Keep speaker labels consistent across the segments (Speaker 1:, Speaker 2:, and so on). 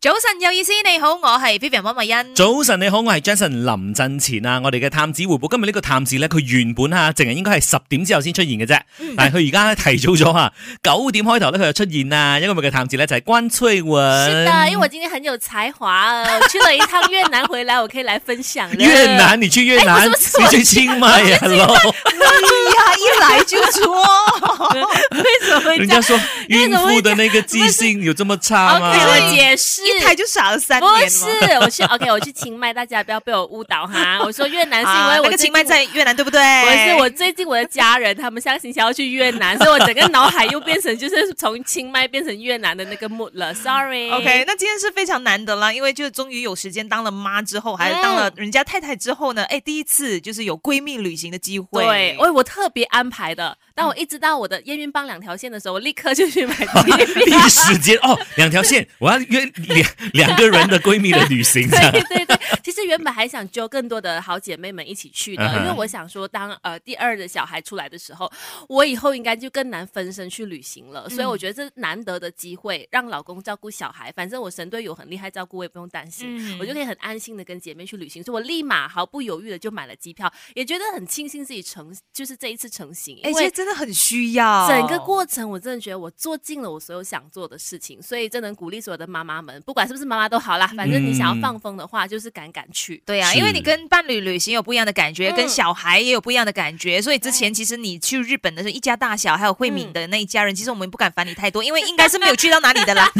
Speaker 1: 早晨有意思，你好，我係 Vivian 温慧欣。
Speaker 2: 早晨，你好，我係 Jason 林振前啊！我哋嘅探子回報，今日呢個探子咧，佢原本啊，淨係應該係十點之後先出現嘅啫，
Speaker 3: 嗯
Speaker 2: 但係佢而家咧提早咗啊，九點開頭咧佢就出現啊啦。因為佢嘅探子咧就係關翠雲，
Speaker 3: 是的，因为我今天很有才华，呃去了一趟越南回来，我可以来分享了。
Speaker 2: 越南，你去越南，
Speaker 3: 哎不是不是
Speaker 2: 你去清邁啊，hello，
Speaker 3: 哎
Speaker 1: 呀，一來就 錯。
Speaker 3: 为什么会这
Speaker 2: 人
Speaker 3: 样
Speaker 2: 家？说孕妇的那個記性有這麼差
Speaker 3: 好，
Speaker 2: 嗎
Speaker 3: 给？哦我解释。
Speaker 1: 啊一台就少了三
Speaker 3: 不
Speaker 1: 年
Speaker 3: 是
Speaker 1: 嘛。，
Speaker 3: 我去 OK，我去清迈，大家不要被我误导哈。我说越南是因
Speaker 1: 啊
Speaker 3: 为我
Speaker 1: 那个
Speaker 3: 最
Speaker 1: 清迈
Speaker 3: 近
Speaker 1: 在越南，对不对？
Speaker 3: 不是我最近我的家人他们下个星期要去越南，所以我整个脑海又变成就是从清迈变成越南的那个 mood 了。Sorry。
Speaker 1: OK，那今天是非常难得啦，因为就是终于有时间当了妈之后，还有
Speaker 3: 嗯
Speaker 1: 当了人家太太之后呢，哎，第一次就是有闺蜜旅行的机会。嗯
Speaker 3: 对，我我特别安排的。当我一知道我的验孕棒两条线的时候，我立刻就去 买机
Speaker 2: 第
Speaker 3: 票
Speaker 2: 一。时间哦，兩條線，我要約兩兩個人的閨蜜的旅 行，
Speaker 3: 对对对，其实原本还想揪更多的好姐妹们一起去的，
Speaker 2: 嗯哼
Speaker 3: 因为我想说当，呃第二的小孩出来的时候，我以后应该就更难分身去旅行了。所以我
Speaker 1: 嗯
Speaker 3: 觉得这难得的机会，让老公照顾小孩，反正我神队友很厉害，照顾我也不用担心，
Speaker 1: 嗯
Speaker 3: 我就可以很安心的跟姐妹去旅行。所以我立马毫不犹豫的就买了机票，也觉得很庆幸自己成，就是这一次成型，
Speaker 1: 哎，
Speaker 3: 因
Speaker 1: 其
Speaker 3: 为
Speaker 1: 实真的很需要
Speaker 3: 整个过程，我真的觉得我做尽了我所有想做的事情，所以真的鼓励所有的妈妈们，不管是不是妈妈都好啦，反正你想要放风的话，就是敢敢去。
Speaker 1: 对啊，
Speaker 2: 是
Speaker 1: 因为你跟伴侣旅行有不一样的感觉，
Speaker 3: 嗯
Speaker 1: 跟小孩也有不一样的感觉，所以之前其实你去日本的时候，一家大小还有
Speaker 3: 嗯
Speaker 1: 慧敏的那一家人，其实我们不敢烦你太多，因为应该是没有去到哪里 的啦，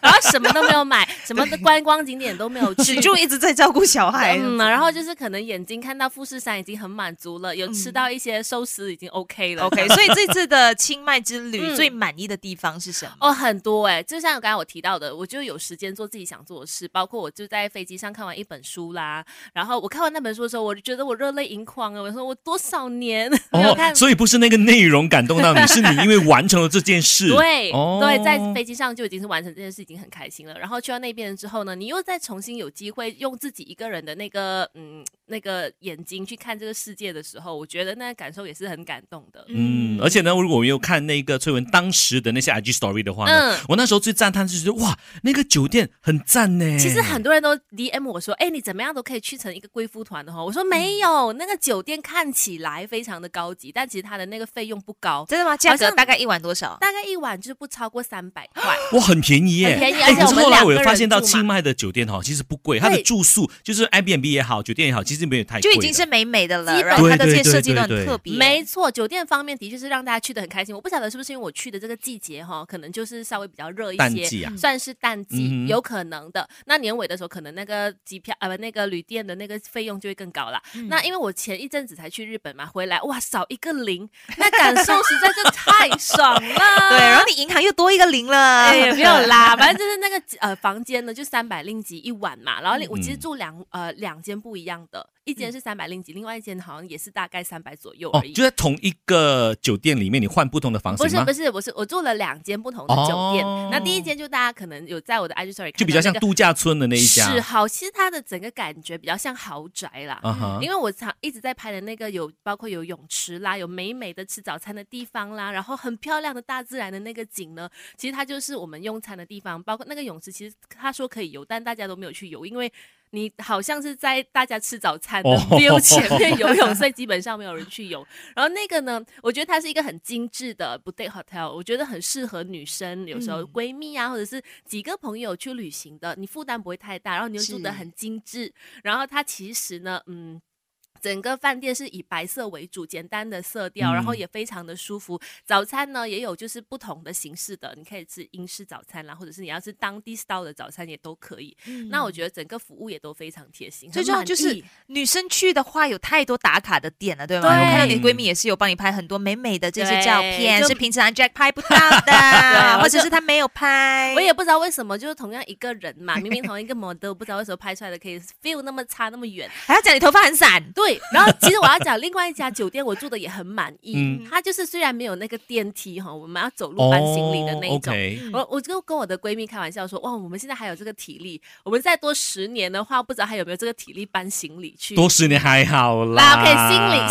Speaker 3: 然后什么都没有买，什么的观光景点都没有去
Speaker 1: 只。就一直在照顾小孩。
Speaker 3: 嗯，然后就是可能眼睛看到富士山已经很满足了，有吃到一些寿司已经 OK 了。
Speaker 1: OK，所以这次的清迈之旅
Speaker 3: 嗯
Speaker 1: 最满意的地方是什么？
Speaker 3: 哦，很多哎、就像刚才我提到的，我就有时间做自己想做的事，包括我就在飞机上看完一本书啦。然后我看完那本书的时候，我就觉得我热泪盈眶啊！我说我多少年 没有
Speaker 2: 哦
Speaker 3: 看，
Speaker 2: 所以不是那个内容感 动到你，是你因为完成了这件事。
Speaker 3: 对、
Speaker 2: 哦
Speaker 3: 对，在飞机上就已经是完成这件事，已经很开心了。然后去到那边之后呢，你又再重新有机会用自己一个人的那个嗯那个眼睛去看这个世界的时候，我觉得那个感受也是很感动的。
Speaker 2: 嗯，而且呢，如果我有看那个翠文当时的那些 IG story 的话呢，
Speaker 3: 嗯
Speaker 2: 我那时候最赞叹就是哇，那个酒店很赞呢。
Speaker 3: 其实很多人都 DM 我说，哎，你怎么样都可以去成一个贵妇团的哦。
Speaker 2: 嗯
Speaker 3: 我说没有，那个酒店看起来非常的高级，但其实它的那个费用不高，
Speaker 1: 真的吗？价
Speaker 3: 好
Speaker 1: 格
Speaker 3: 像
Speaker 1: 大概一晚多少？
Speaker 3: 大概一晚就是不超过三百块。
Speaker 2: 哇，很便宜耶！
Speaker 3: 很便宜
Speaker 2: 哎
Speaker 3: 而且
Speaker 2: 可
Speaker 3: 我
Speaker 2: 是
Speaker 3: 们
Speaker 2: 后来
Speaker 3: 两
Speaker 2: 我
Speaker 3: 个
Speaker 2: 有
Speaker 3: 人
Speaker 2: 发现到
Speaker 3: 住嘛
Speaker 2: 清迈的酒店哈，其实不贵，它的
Speaker 3: 对
Speaker 2: 住宿就是 Airbnb 也好，酒店也好，其实没有太
Speaker 1: 就
Speaker 2: 贵的，
Speaker 1: 已经是美美的了，
Speaker 3: 基本
Speaker 1: 然后它的这
Speaker 2: 对
Speaker 1: 些
Speaker 2: 对对
Speaker 1: 设计都很
Speaker 2: 对对
Speaker 1: 特别。
Speaker 3: 没错，酒店方面的确是让大家去的很开心。我不晓得是不是因为我去的这个季节哈，可能就是稍微比较热一
Speaker 2: 淡
Speaker 3: 些，
Speaker 2: 季啊。
Speaker 3: 算是淡季，
Speaker 2: 嗯哼
Speaker 3: 有可能的。那年尾的时候，可能那个机票啊，不、那个旅店的那个费用就会更高啦。那因为我前一阵子才去日本嘛，回来哇，少一个零，那感受实在是太 爽了。
Speaker 1: 对，然后你银行又多一个零了，
Speaker 3: 啊哎，也没有 啦，反正就是那个呃房间呢，就三百令吉一晚嘛。然后另我其实住两呃两间不一样的，一间是三百令吉，另外一间好像也是大概三百左右
Speaker 2: 哦
Speaker 3: 而已，。
Speaker 2: 就在同一个酒店里面，你换不同的房型
Speaker 3: 不
Speaker 2: 啊
Speaker 3: 是不
Speaker 2: 吗？
Speaker 3: 是，我是我住了两间不同的酒店。
Speaker 2: 哦
Speaker 3: 那第一间就大家可能有在我的 IG story 看到
Speaker 2: 就比较像
Speaker 3: 那个
Speaker 2: 度假村的那一家。
Speaker 3: 是好，其实它的整个感觉比较像豪宅啦。
Speaker 2: 啊哈
Speaker 1: 嗯
Speaker 3: 因，为我常一直在拍的那个有包括有泳池啦，有美美的吃早餐的地方啦，然后很漂亮的大自然的那个景呢，其实它就是我们用餐的地方，包括那个泳池，其实他说可以游，但大家都没有去游，因为你好像是在大家吃早餐的
Speaker 2: 哦
Speaker 3: view 前面游泳，所以基本上没有人去游。然后那个呢，我觉得它是一个很精致的 boutique hotel，我觉得很适合女生，有时候
Speaker 1: 嗯
Speaker 3: 闺蜜啊，或者是几个朋友去旅行的，你负担不会太大，然后你又住得
Speaker 1: 是
Speaker 3: 很精致，然后它其实呢，嗯。整个饭店是以白色为主，简单的色调，然后
Speaker 2: 嗯
Speaker 3: 也非常的舒服。早餐呢也有就是不同的形式的，你可以吃英式早餐啦，或者是你要吃当地 style 的早餐也都可以。那我觉得整个服务也都非常贴心，
Speaker 1: 最
Speaker 3: 嗯很
Speaker 1: 重要
Speaker 3: 满
Speaker 1: 嗯就是
Speaker 3: 意
Speaker 1: 女生去的话，有太多打卡的点了，对吗？
Speaker 3: 对
Speaker 1: 我看到你闺蜜也是有帮你拍很多美美的这些
Speaker 3: 对
Speaker 1: 照片，
Speaker 3: 就是啊
Speaker 1: 平常 Jack 拍不到 的，
Speaker 3: 我
Speaker 1: 或者
Speaker 3: 就是
Speaker 1: 她没有拍。
Speaker 3: 我也不知道为什么，就是同样一个 人嘛，明明同一个 model，不知道为什么拍出来的可以 feel 那么差那么远。
Speaker 1: 还要讲你头发很散，
Speaker 3: 对，对，然后其实我要讲另外一家酒店，我住的也很满意。
Speaker 2: 嗯
Speaker 3: 它就是虽然没有那个电梯哈，我们要
Speaker 1: 哦
Speaker 3: 走路搬行李的那一种。
Speaker 2: o k
Speaker 3: 我我就跟我的闺蜜开玩笑说，哇，我们现在还有这个体力，我们再多十年的话，不知道还有没有这个体力搬行李去。
Speaker 2: 多十年还好啦。
Speaker 3: 啦，OK，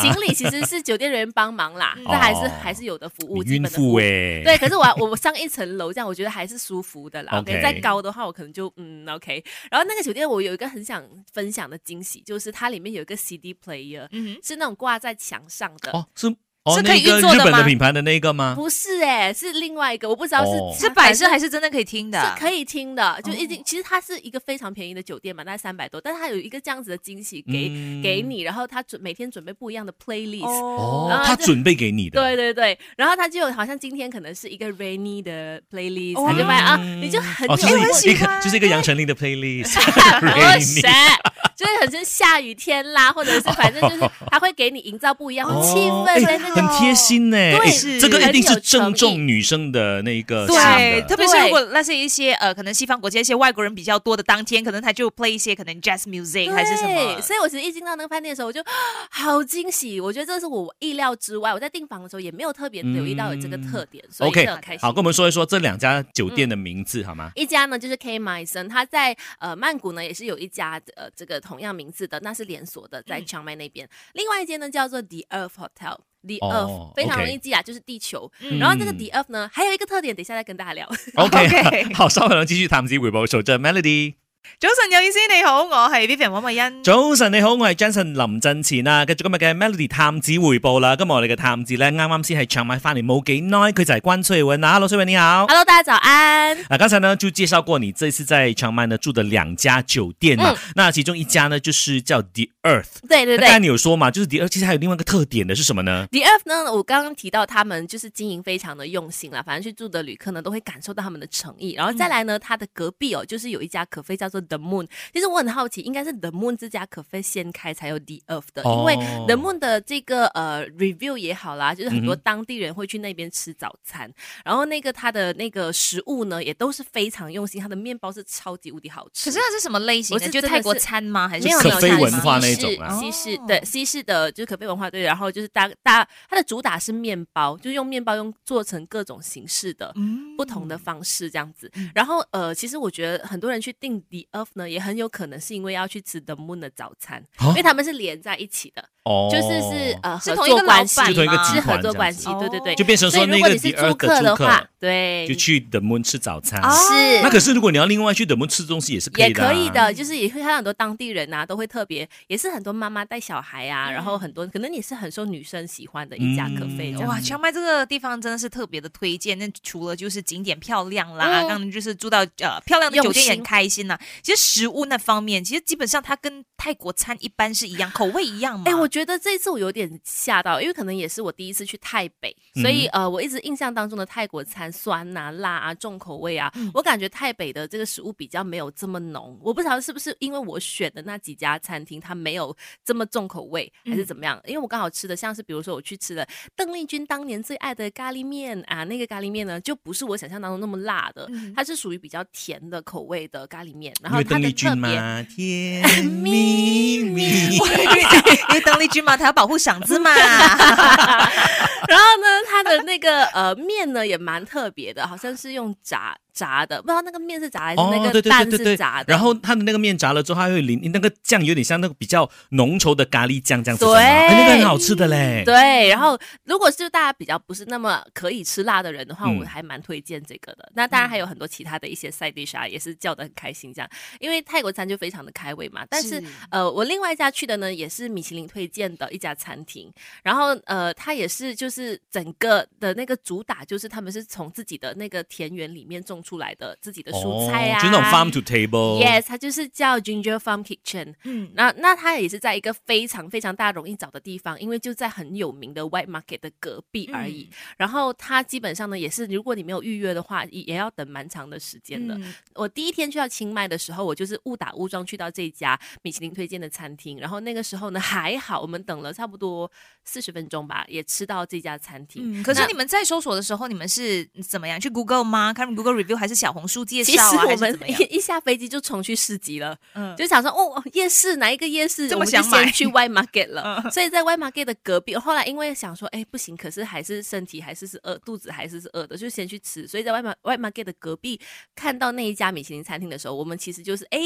Speaker 3: 行李行李其实是酒店人员帮忙 啦，这还是
Speaker 2: 哦
Speaker 3: 还是有的服务，
Speaker 2: 你
Speaker 3: 基
Speaker 2: 孕
Speaker 3: 本的服
Speaker 2: 妇
Speaker 3: 务。
Speaker 2: 哎、
Speaker 3: 对，可是我我上一层楼这样，我觉得还是舒服的啦。
Speaker 2: OK
Speaker 3: 再高的话，我可能就嗯 OK。然后那个酒店，我有一个很想分享的惊喜，就是它里面有一个 CD player，
Speaker 1: 嗯哼，
Speaker 3: 是那种挂在墙上的。
Speaker 2: 哦，是哦，
Speaker 1: 是可以
Speaker 2: 那个
Speaker 1: 运作的
Speaker 2: 日本的
Speaker 1: 吗
Speaker 2: 品牌的那个吗？
Speaker 3: 不是哎、是另外一个，我不知道是、
Speaker 2: 哦
Speaker 1: 是摆设还
Speaker 3: 是
Speaker 1: 是真的可以听的？
Speaker 3: 啊是可以听的，就一定、
Speaker 1: 哦
Speaker 3: 其实它是一个非常便宜的酒店嘛，大概三百多，但是它有一个这样子的惊喜给、
Speaker 2: 嗯
Speaker 3: 给你，然后它准每天准备不一样的 playlist，、
Speaker 2: 哦，
Speaker 3: 啊
Speaker 2: 他
Speaker 3: 这
Speaker 2: 准备给你的。
Speaker 3: 对对对，然后他就有好像今天可能是一个 rainy 的 playlist，
Speaker 1: 哇
Speaker 3: 他就发现啊，你就很有啊
Speaker 2: 哦，
Speaker 1: 哎我
Speaker 2: 就是
Speaker 1: 喜
Speaker 2: 一个
Speaker 1: 欢
Speaker 2: 就是一个杨丞琳的 playlist，
Speaker 3: 不
Speaker 2: rainy
Speaker 3: 是，哦就是很像下雨天啦，或者是反正就是他会给你营造不一样的气
Speaker 2: 哦
Speaker 3: 氛在
Speaker 2: 哎
Speaker 3: 那
Speaker 2: 很
Speaker 3: 个。
Speaker 2: 贴心呢。
Speaker 3: 对
Speaker 2: 哎
Speaker 1: 是
Speaker 2: 这个一
Speaker 3: 很
Speaker 2: 定是
Speaker 3: 有
Speaker 2: 正
Speaker 3: 诚意
Speaker 2: 中女生的那一个心
Speaker 1: 对，
Speaker 2: 的
Speaker 1: 特别是
Speaker 3: 对
Speaker 1: 如果那是一些呃，可能西方国家一些外国人比较多的当天，可能他就 play 一些可能 jazz music 还是什么
Speaker 3: 对，。所以我其实一进到那个饭店的时候，我就啊好惊喜，我觉得这是我意料之外。我在订房的时候也没有特别留意到有这
Speaker 1: 嗯
Speaker 3: 个特点，所以真
Speaker 2: OK，
Speaker 3: 的很开心。
Speaker 2: 好，跟我们说一说这两家酒店的名字好吗？
Speaker 3: 一家呢就是 K m y s o n 它在呃曼谷呢也是有一家呃这个同样名字的，那是连锁的，
Speaker 1: 嗯
Speaker 3: 在 Chiang Mai 那边。另外一间呢叫做 The Earth Hotel。The
Speaker 2: 哦
Speaker 3: Earth 非常
Speaker 2: OK
Speaker 3: 容易记啊，就是地球。
Speaker 1: 嗯哦
Speaker 3: 然后这个 The Earth 呢，还有一个特点，等一下再跟大家聊。
Speaker 2: OK，
Speaker 1: OK
Speaker 2: 好，稍後繼續探子回報數，就係 Melody。
Speaker 1: 早晨有意思，你好，我係 Vivian 黃慧欣。
Speaker 2: 早晨你好，我係 Jason 林振前啊，繼續今日嘅 Melody 探子回報啦。今日我哋嘅探子咧，啱啱先係長買翻嚟冇幾耐，佢就係關翠雲啊。Hello，翠雲你好。
Speaker 3: Hello，大家早安。
Speaker 2: 啊，刚才呢就介绍过你这次在长麦呢住的两家酒店嘛，
Speaker 3: 嗯
Speaker 2: 那其中一家呢就是叫 The Earth，
Speaker 3: 对对对
Speaker 2: 那刚才你有说嘛，就是 The Earth 其实还有另外一个特点的是什么呢？
Speaker 3: ，The Earth 呢，我刚刚提到他们就是经营非常的用心啦，反正去住的旅客呢都会感受到他们的诚意。然后
Speaker 2: 嗯
Speaker 3: 再来呢，它的隔壁哦，就是有一家可啡叫做 The Moon。其实我很好奇，应该是 The Moon 这家可啡先开才有 The Earth 的，因为
Speaker 2: 哦
Speaker 3: The Moon 的这个呃 review 也好啦，就是很多
Speaker 2: 嗯
Speaker 3: 当地人会去那边吃早餐，然后那个它的那个食物呢也都是非常用心，它的面包是超级无敌好吃。
Speaker 1: 可是啊那是什么类型
Speaker 3: 我
Speaker 1: 的？
Speaker 3: 是
Speaker 1: 就
Speaker 3: 真的
Speaker 1: 泰国
Speaker 3: 是
Speaker 1: 餐吗？还是
Speaker 3: 没有
Speaker 1: 什
Speaker 3: 没
Speaker 1: 么
Speaker 3: 有
Speaker 2: 可
Speaker 3: 它
Speaker 2: 菲
Speaker 3: 是
Speaker 2: 文化那
Speaker 3: 西
Speaker 2: 一种啊
Speaker 3: 式
Speaker 2: 啦
Speaker 3: 西式
Speaker 1: 哦
Speaker 3: 对西式的就是可菲文化对，然后就是大大它的主打是面包，就用面包用做成各种形式的。
Speaker 1: 嗯
Speaker 3: 不同的方式这样子，然后呃，其实我觉得很多人去订 The Earth 呢，也很有可能是因为要去吃 The Moon 的早餐，
Speaker 2: 啊
Speaker 3: 因为他们是连在一起的，
Speaker 2: 哦，
Speaker 3: 就是是呃
Speaker 1: 是
Speaker 3: 合
Speaker 1: 同一个
Speaker 3: 作
Speaker 1: 老
Speaker 3: 关系，
Speaker 2: 就
Speaker 1: 板
Speaker 2: 同一个
Speaker 1: 吗
Speaker 2: 集
Speaker 3: 是
Speaker 2: 团
Speaker 3: 合作
Speaker 2: 这样
Speaker 3: 关
Speaker 2: 子
Speaker 3: 系，对对对。
Speaker 2: 就变成
Speaker 3: 所
Speaker 2: 说
Speaker 3: 以如
Speaker 2: 那
Speaker 3: 果
Speaker 2: 个
Speaker 3: 你是
Speaker 2: The Earth
Speaker 3: 住
Speaker 2: 的
Speaker 3: 客
Speaker 2: 住
Speaker 3: 的哎话
Speaker 2: 客，
Speaker 3: 对，
Speaker 2: 就去 The Moon 吃早餐。
Speaker 1: 哦
Speaker 3: 是
Speaker 2: 那可是如果你要另外去 The Moon 吃东西也是可以
Speaker 3: 也
Speaker 2: 的啊、
Speaker 3: 可以的，就是也会看到很多当地人啊，都会特别，也是很多妈妈带小孩啊，
Speaker 1: 嗯
Speaker 3: 然后很多可能也是很受女生喜欢的一家
Speaker 2: 嗯
Speaker 3: 咖啡这样。
Speaker 1: 哇，清迈这个地方真的是特别的推荐。那除了就是景点漂亮啦，
Speaker 3: 嗯
Speaker 1: 刚刚就是住到呃漂亮的酒
Speaker 3: 用
Speaker 1: 店也很
Speaker 3: 心
Speaker 1: 开心啦。其实食物那方面，其实基本上它跟泰国餐一般是一样，口味一样嘛。
Speaker 3: 哎、我觉得这一次我有点吓到，因为可能也是我第一次去泰北，所
Speaker 2: 嗯
Speaker 3: 以、呃，我一直印象当中的泰国餐酸啊、辣啊、重口味啊，
Speaker 2: 嗯
Speaker 3: 我感觉泰北的这个食物比较没有这么浓。我不知道是不是因为我选的那几家餐厅它没有这么重口味，还
Speaker 2: 嗯
Speaker 3: 是怎么样？因为我刚好吃的像是比如说我去吃了邓丽君当年最爱的咖喱面啊，那个咖喱面呢就不是我想象当中那么辣的，
Speaker 1: 嗯
Speaker 3: 它是属于比较甜的口味的咖喱面，然
Speaker 2: 嗯因
Speaker 3: 后
Speaker 2: 为
Speaker 3: 它
Speaker 2: 邓
Speaker 3: 的
Speaker 2: 丽君
Speaker 3: 特别。
Speaker 2: 嘛，甜 蜜蜜。
Speaker 1: 因为邓丽君嘛，她要保护嗓 子嘛。
Speaker 3: 然后呢，它的那个呃面呢也蛮特别的，好像是用炸炸的，不知道那个面是炸还是
Speaker 2: 哦，
Speaker 3: 那
Speaker 2: 对
Speaker 3: 个
Speaker 2: 对
Speaker 3: 蛋
Speaker 2: 对对
Speaker 3: 是
Speaker 2: 对
Speaker 3: 炸的。，
Speaker 2: 然后它的那个面炸了之后，它会淋那个酱，有点像那个比较浓稠的咖喱酱这样子的嘛，
Speaker 3: 对
Speaker 2: 哎那个很好吃的嘞。
Speaker 3: 对，然后如果是大家比较不是那么可以吃辣的人的话，
Speaker 2: 嗯
Speaker 3: 我还蛮推荐这个的。那当然还有很多其他的一些 side dish 啊，也是叫的很开心这样，因为泰国餐就非常的开胃嘛。但是
Speaker 1: 是
Speaker 3: 呃，我另外一家去的呢，也是米其林推荐的一家餐厅，然后呃，它也是就是整个的那个主打就是他们是从自己的那个田园里面种出来的自己的蔬菜啊，
Speaker 2: 哦，就那种 farm 哦 to table。
Speaker 3: Yes，它就是叫 Ginger Farm Kitchen。
Speaker 1: 嗯，
Speaker 3: 那那它也是在一个非常非常大容易找的地方，因为就在很有名的 White Market 的隔壁而已。
Speaker 2: 嗯
Speaker 3: 然后它基本上呢也是，如果你没有预约的话，也也要等蛮长的时间的。
Speaker 1: 嗯
Speaker 3: 我第一天去到清迈的时候，我就是误打误撞去到这家米其林推荐的餐厅，然后那个时候呢还好，我们等了差不多四十分钟吧，也吃到这家餐厅。
Speaker 1: 嗯，可是
Speaker 3: 那
Speaker 1: 你们在搜索的时候，你们是怎么样去 Google 吗？看 Google review YouTube 还是小红书介
Speaker 3: 嗯其
Speaker 1: 绍啊，
Speaker 3: 实我
Speaker 1: 还是
Speaker 3: 们
Speaker 1: 怎 么样？
Speaker 3: 一一下飞机就冲去市集了，
Speaker 1: 嗯，
Speaker 3: 就想说哦，夜市哪一个夜市，
Speaker 1: 这
Speaker 3: 我
Speaker 1: 么
Speaker 3: 们就
Speaker 1: 想买
Speaker 3: 先去 Y Market 了。
Speaker 1: 嗯
Speaker 3: 所以在 Y Market 的隔壁，后来因为想说，哎，不行，可是还是身体还是是饿，肚子还是是饿的，就先去吃。所以在 Y Mar Y Market 的隔壁看到那一家米其林餐厅的时候，我们其实就是，哎，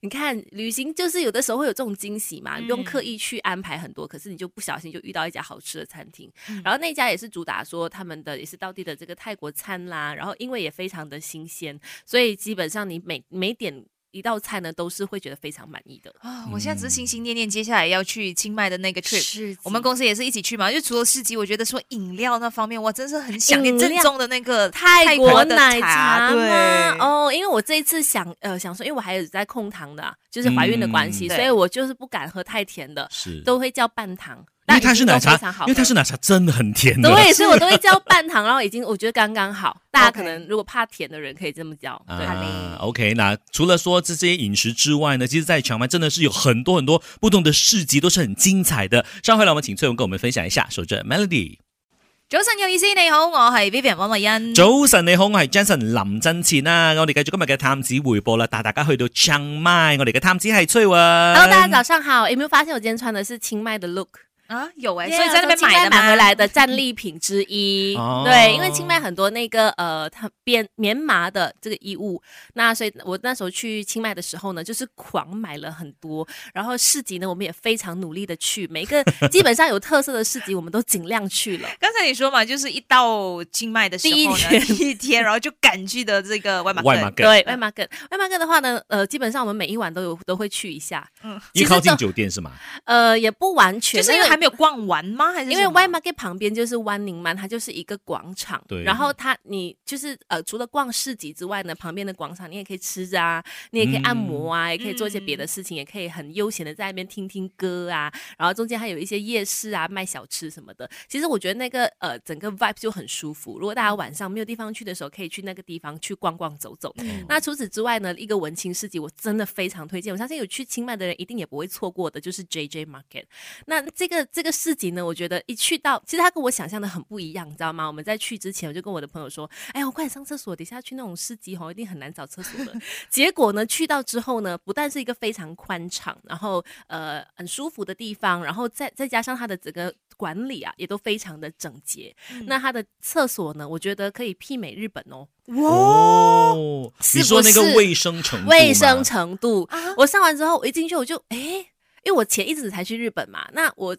Speaker 3: 你看旅行就是有的时候会有这种惊喜嘛，你不用
Speaker 1: 嗯
Speaker 3: 刻意去安排很多，可是你就不小心就遇到一家好吃的餐厅。
Speaker 1: 嗯
Speaker 3: 然后那家也是主打说他们的也是当地的这个泰国餐啦，然后因为也非常的新鲜，所以基本上你每每点。一道菜呢，都是会觉得非常满意的。
Speaker 1: 啊、我现在只是心心念念接下来要去清迈的那个
Speaker 3: 嗯
Speaker 1: trip。
Speaker 3: 是
Speaker 1: 我们公司也是一起去嘛，就除了市集，我觉得说饮料那方面，我真是很想念
Speaker 3: 饮料
Speaker 1: 正宗的那个
Speaker 3: 泰国
Speaker 1: 的
Speaker 3: 奶茶
Speaker 1: 茶对
Speaker 3: 吗？哦，因为我这一次想呃想说，因为我还有在控糖的啊、就是怀孕的关系，
Speaker 1: 嗯
Speaker 3: 所以
Speaker 1: 对
Speaker 3: 我就是不敢喝太甜的，
Speaker 2: 是，
Speaker 3: 都会叫半糖。
Speaker 2: 因为
Speaker 3: 但
Speaker 2: 它
Speaker 3: 已
Speaker 2: 是
Speaker 3: 经
Speaker 2: 奶
Speaker 3: 都
Speaker 2: 茶
Speaker 3: 非常好，
Speaker 2: 因为它
Speaker 3: 喝
Speaker 2: 是奶茶，真的很甜的。
Speaker 3: 对，所以我都会叫半糖，然后已经我觉得刚刚好。大家
Speaker 1: OK
Speaker 3: 可能如果怕甜的人可以这么叫，对。
Speaker 2: 啊，OK，那除了说这些饮食之外呢，其实，在长麦真的是有很多很多不同的市集，都是很精彩的。上回来我们请翠文跟我们分享一下，守着 Melody。
Speaker 1: 早晨有意思，你好，我係 Vivian 温慧
Speaker 3: 嗯
Speaker 1: 欣。
Speaker 2: 早晨，你好，我系 Jason 林振前啦。我哋繼續今日嘅探子回報啦，帶大家去到 Chiang Mai。我哋嘅探子係崔文。
Speaker 3: Hello，大家早上好！有没有发现我今天穿的是清迈的 look？
Speaker 1: 啊，有哎、
Speaker 3: Yeah，
Speaker 1: 所以在那边
Speaker 3: 从清迈
Speaker 1: 买的
Speaker 3: 买
Speaker 1: 吗
Speaker 3: 回来的战利品之一。
Speaker 2: 哦
Speaker 3: 对，因为清迈很多那个呃，它编棉麻的这个衣物，那所以我那时候去清迈的时候呢，就是狂买了很多。然后市集呢，我们也非常努力的去，每一个基本上有特色的市集，我们都尽量去了。
Speaker 1: 刚才你说嘛，就是一到清迈的时候呢，
Speaker 3: 第一
Speaker 1: 第一天，然后就赶去的这个外马
Speaker 2: 外马
Speaker 1: 店。
Speaker 2: 根，
Speaker 3: 对，外马根，外马根的话呢，呃，基本上我们每一晚都有都会去一下，
Speaker 2: 因为靠
Speaker 3: 其
Speaker 2: 近
Speaker 3: 实
Speaker 2: 酒店是吗？
Speaker 3: 呃，也不完全，
Speaker 1: 就是因为还没有逛完吗？还是
Speaker 3: 因
Speaker 1: 什
Speaker 3: 为
Speaker 1: 么
Speaker 3: Y Market 旁边就是湾宁湾，它就是一个广场。
Speaker 2: 对
Speaker 3: 然后它你就是呃，除了逛市集之外呢，旁边的广场你也可以吃啊，你也可以按摩啊，也可以做一些别的事情，也可以很悠闲的在那边听听歌啊。然后中间还有一些夜市啊，卖小吃什么的。其实我觉得那个呃，整个 vibe 就很舒服。如果大家晚上没有地方去的时候，可以去那个地方去逛逛走走。那除此之外呢，一个文青市集我真的非常推荐，我相信有去清迈的人一定也不会错过的，就是 JJ Market。那这个这个市集呢，我觉得一去到，其实它跟我想象的很不一样，你知道吗？我们在去之前，我就跟我的朋友说，哎，我快点上厕所，等一下去那种市集哦吼，一定很难找厕所的。结果呢，去到之后呢，不但是一个非常宽敞，然后呃很舒服的地方，然后再再加上它的整个管理啊，也都非常的整洁。那它的厕所呢，我觉得可以媲美日本哦。
Speaker 2: 哦，
Speaker 3: 是
Speaker 2: 你
Speaker 3: 不
Speaker 2: 说那个
Speaker 3: 是
Speaker 2: 卫生程度吗，
Speaker 3: 卫生程度。
Speaker 1: 啊
Speaker 3: 我上完之后，我一进去我就诶，因为我前一阵子才去日本嘛，那我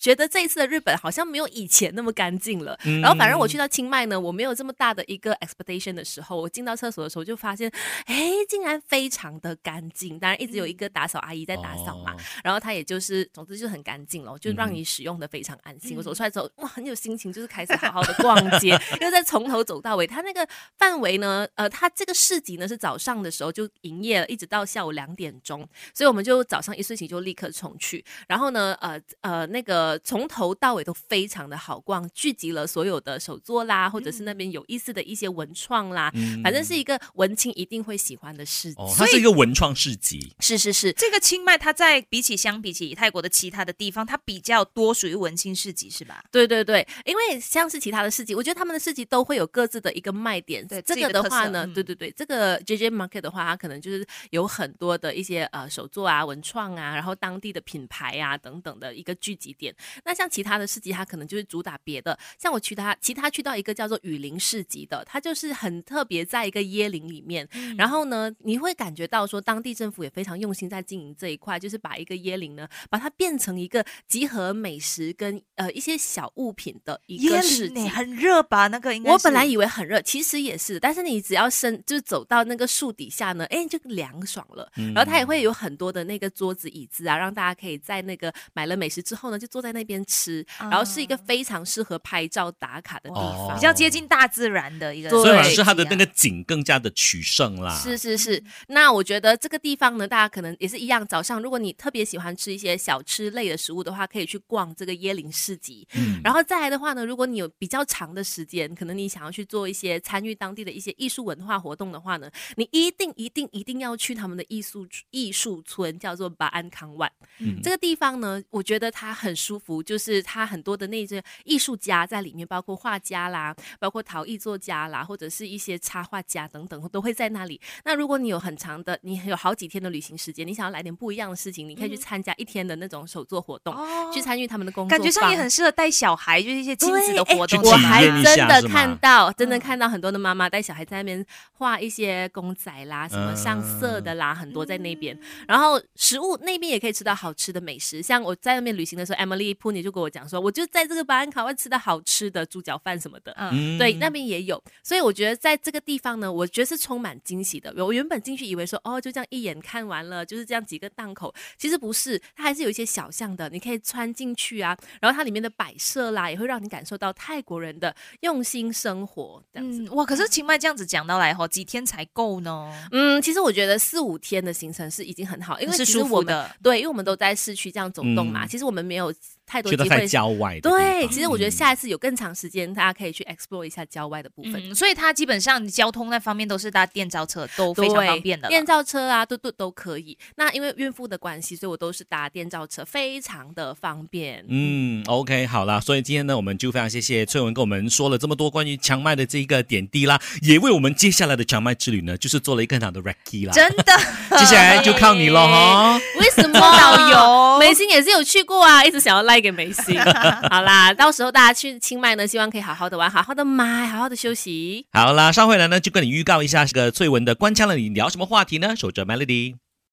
Speaker 3: 觉得这一次的日本好像没有以前那么干净了。
Speaker 2: 嗯
Speaker 3: 然后反正我去到清迈呢，我没有这么大的一个 expectation 的时候，我进到厕所的时候就发现，诶，竟然非常的干净。当然一直有一个打扫阿姨在打扫嘛，
Speaker 2: 哦
Speaker 3: 然后它也就是，总之就是很干净咯，就
Speaker 2: 嗯
Speaker 3: 让你使用的非常安心。
Speaker 1: 嗯
Speaker 3: 我走出来之后，哇，很有心情，就是开始好好的逛街，因为在从头走到尾。它那个范围呢，呃，它这个市集呢是早上的时候就营业了，一直到下午两点钟，所以我们就早上一睡醒就立刻冲去。然后呢，呃呃，那个从头到尾都非常的好逛，聚集了所有的手作啦，或者是那边有意思的一些文创啦，
Speaker 2: 嗯
Speaker 3: 反正是一个文青一定会喜欢的市集。
Speaker 2: 哦，它是一个文创市集，
Speaker 3: 是是是，
Speaker 1: 这个清迈，它在比起相比起泰国的其他的地方，它比较多属于文青市集是吧？
Speaker 3: 对对对，因为像是其他的市集，我觉得他们的市集都会有各自的一个卖点。
Speaker 1: 对
Speaker 3: 这
Speaker 1: 自己
Speaker 3: 个
Speaker 1: 的特
Speaker 3: 话
Speaker 1: 色
Speaker 3: 呢，
Speaker 1: 嗯
Speaker 3: 对对对，这个 JJ Market 的话，它可能就是有很多的一些呃手作啊、文创啊，然后当地的品牌啊等等的一个聚集点。那像其他的市集，它可能就是主打别的。像我去它其他去到一个叫做雨林市集的，它就是很特别，在一个椰林里面，然后呢，你会感觉到说当地政府也非常用心在经营这一块，就是把一个椰林呢，把它变成一个集合美食跟呃一些小物品的一个市
Speaker 1: 呢
Speaker 3: 集。
Speaker 1: 很热吧？那个应该
Speaker 3: 我本来
Speaker 1: 是
Speaker 3: 以为很热，其实也是，但是你只要伸，就是走到那个树底下呢，哎，你就凉爽了。
Speaker 2: 嗯
Speaker 3: 然后它也会有很多的那个桌子、椅子啊，让大家可以在那个买了美食之后呢，就坐在那边吃。然后是一个
Speaker 1: 啊
Speaker 3: 非常适合拍照打卡的地
Speaker 2: 哦
Speaker 3: 方
Speaker 1: 比。较接近大自然的一个，啊
Speaker 3: 对
Speaker 2: 所以
Speaker 3: 反
Speaker 2: 好像
Speaker 3: 而
Speaker 2: 是它的
Speaker 3: 对
Speaker 2: 那个景更加的取胜啦。
Speaker 3: 啊是是是，那我觉得这个地方呢，大家可能也是一样。早上如果你特别喜欢吃一些小吃类的食物的话，可以去逛这个椰林市集。
Speaker 2: 嗯，
Speaker 3: 然后再来的话呢，如果你有比较长的时间，可能你想要去做一些参与当地的一些艺术文化活动的话呢，你一定一定一定要去他们的艺术艺术村，叫做巴安康万。
Speaker 2: 嗯
Speaker 3: 这个地方呢，我觉得它很舒舒服，就是它很多的那些艺术家在里面，包括画家啦，包括陶艺作家啦，或者是一些插画家等等，都会在那里。那如果你有很长的，你有好几天的旅行时间，你想要来点不一样的事情，你可以去参加一天的那种手作活动，
Speaker 1: 嗯哦
Speaker 3: 去参与他们的工作
Speaker 1: 感
Speaker 3: 坊，
Speaker 1: 觉上也很适合带小孩，就是一些亲子的
Speaker 3: 对
Speaker 1: 活
Speaker 3: 哎
Speaker 1: 动。啊
Speaker 2: 去
Speaker 3: 我
Speaker 2: 体
Speaker 3: 还
Speaker 2: 验一下
Speaker 3: 真的
Speaker 2: 是吗
Speaker 3: 看到，真的
Speaker 1: 嗯
Speaker 3: 看到很多的妈妈带小孩在那边画一些公仔啦，什么上色
Speaker 2: 嗯
Speaker 3: 的啦，很多在那边。然后食物那边也可以吃到好吃的美食，像我在那边旅行的时候，Emily p u n i 就跟我讲说，我就在这个巴安卡会吃到好吃的猪脚饭什么的。
Speaker 1: 嗯，
Speaker 2: 嗯
Speaker 3: 对，那边也有，所以我觉得在这个地方呢，我觉得是充满惊喜的。我原本进去以为说，哦，就这样一眼看完了，就是这样几个档口，其实不是，它还是有一些小巷的，你可以穿进去啊。然后它里面的摆设啦，也会让你感受到泰国人的用心生活这样子。
Speaker 1: 嗯，哇！可是清迈这样子讲到来吼，几天才够呢？
Speaker 3: 嗯，其实我觉得四五天的行程是已经很好，因为
Speaker 1: 是
Speaker 3: 其实
Speaker 1: 舒
Speaker 3: 我
Speaker 1: 服
Speaker 3: 们
Speaker 1: 的。
Speaker 3: 对，因为我们都在市区这样走动嘛，
Speaker 2: 嗯
Speaker 3: 其实我们没有太多
Speaker 2: 去到
Speaker 3: 机
Speaker 2: 太
Speaker 3: 会。
Speaker 2: 郊外的地方。
Speaker 3: 对，其实我觉得
Speaker 2: 嗯
Speaker 3: 下一次有更长时间，大家可以去 explore 一下郊外的部分。
Speaker 1: 嗯，所以它基本上交通那方面都是搭电召车，都非常
Speaker 3: 对
Speaker 1: 方便的啦。
Speaker 3: 电召车啊，都都都可以。那因为孕妇的关系，所以我都是搭电召车，非常的方便。
Speaker 2: 嗯，OK，好啦，所以今天呢，我们就非常谢谢翠文跟我们说了这么多关于强麦的这一个点滴啦，也为我们接下来的强麦之旅呢，就是做了一个很好的 r e c y 啦。
Speaker 1: 真的，
Speaker 2: 接下来就靠你了哈。
Speaker 3: 为 什么
Speaker 1: 导游
Speaker 3: 美心也是有去过啊，一直想要赖给美 心。好啦，到时候大家去清迈呢，希望可以好好的玩，好好的买，好好的休息。
Speaker 2: 好啦，稍回来呢，就跟你预告一下这个翠文的官腔了，你聊什么话题呢？守着 Melody。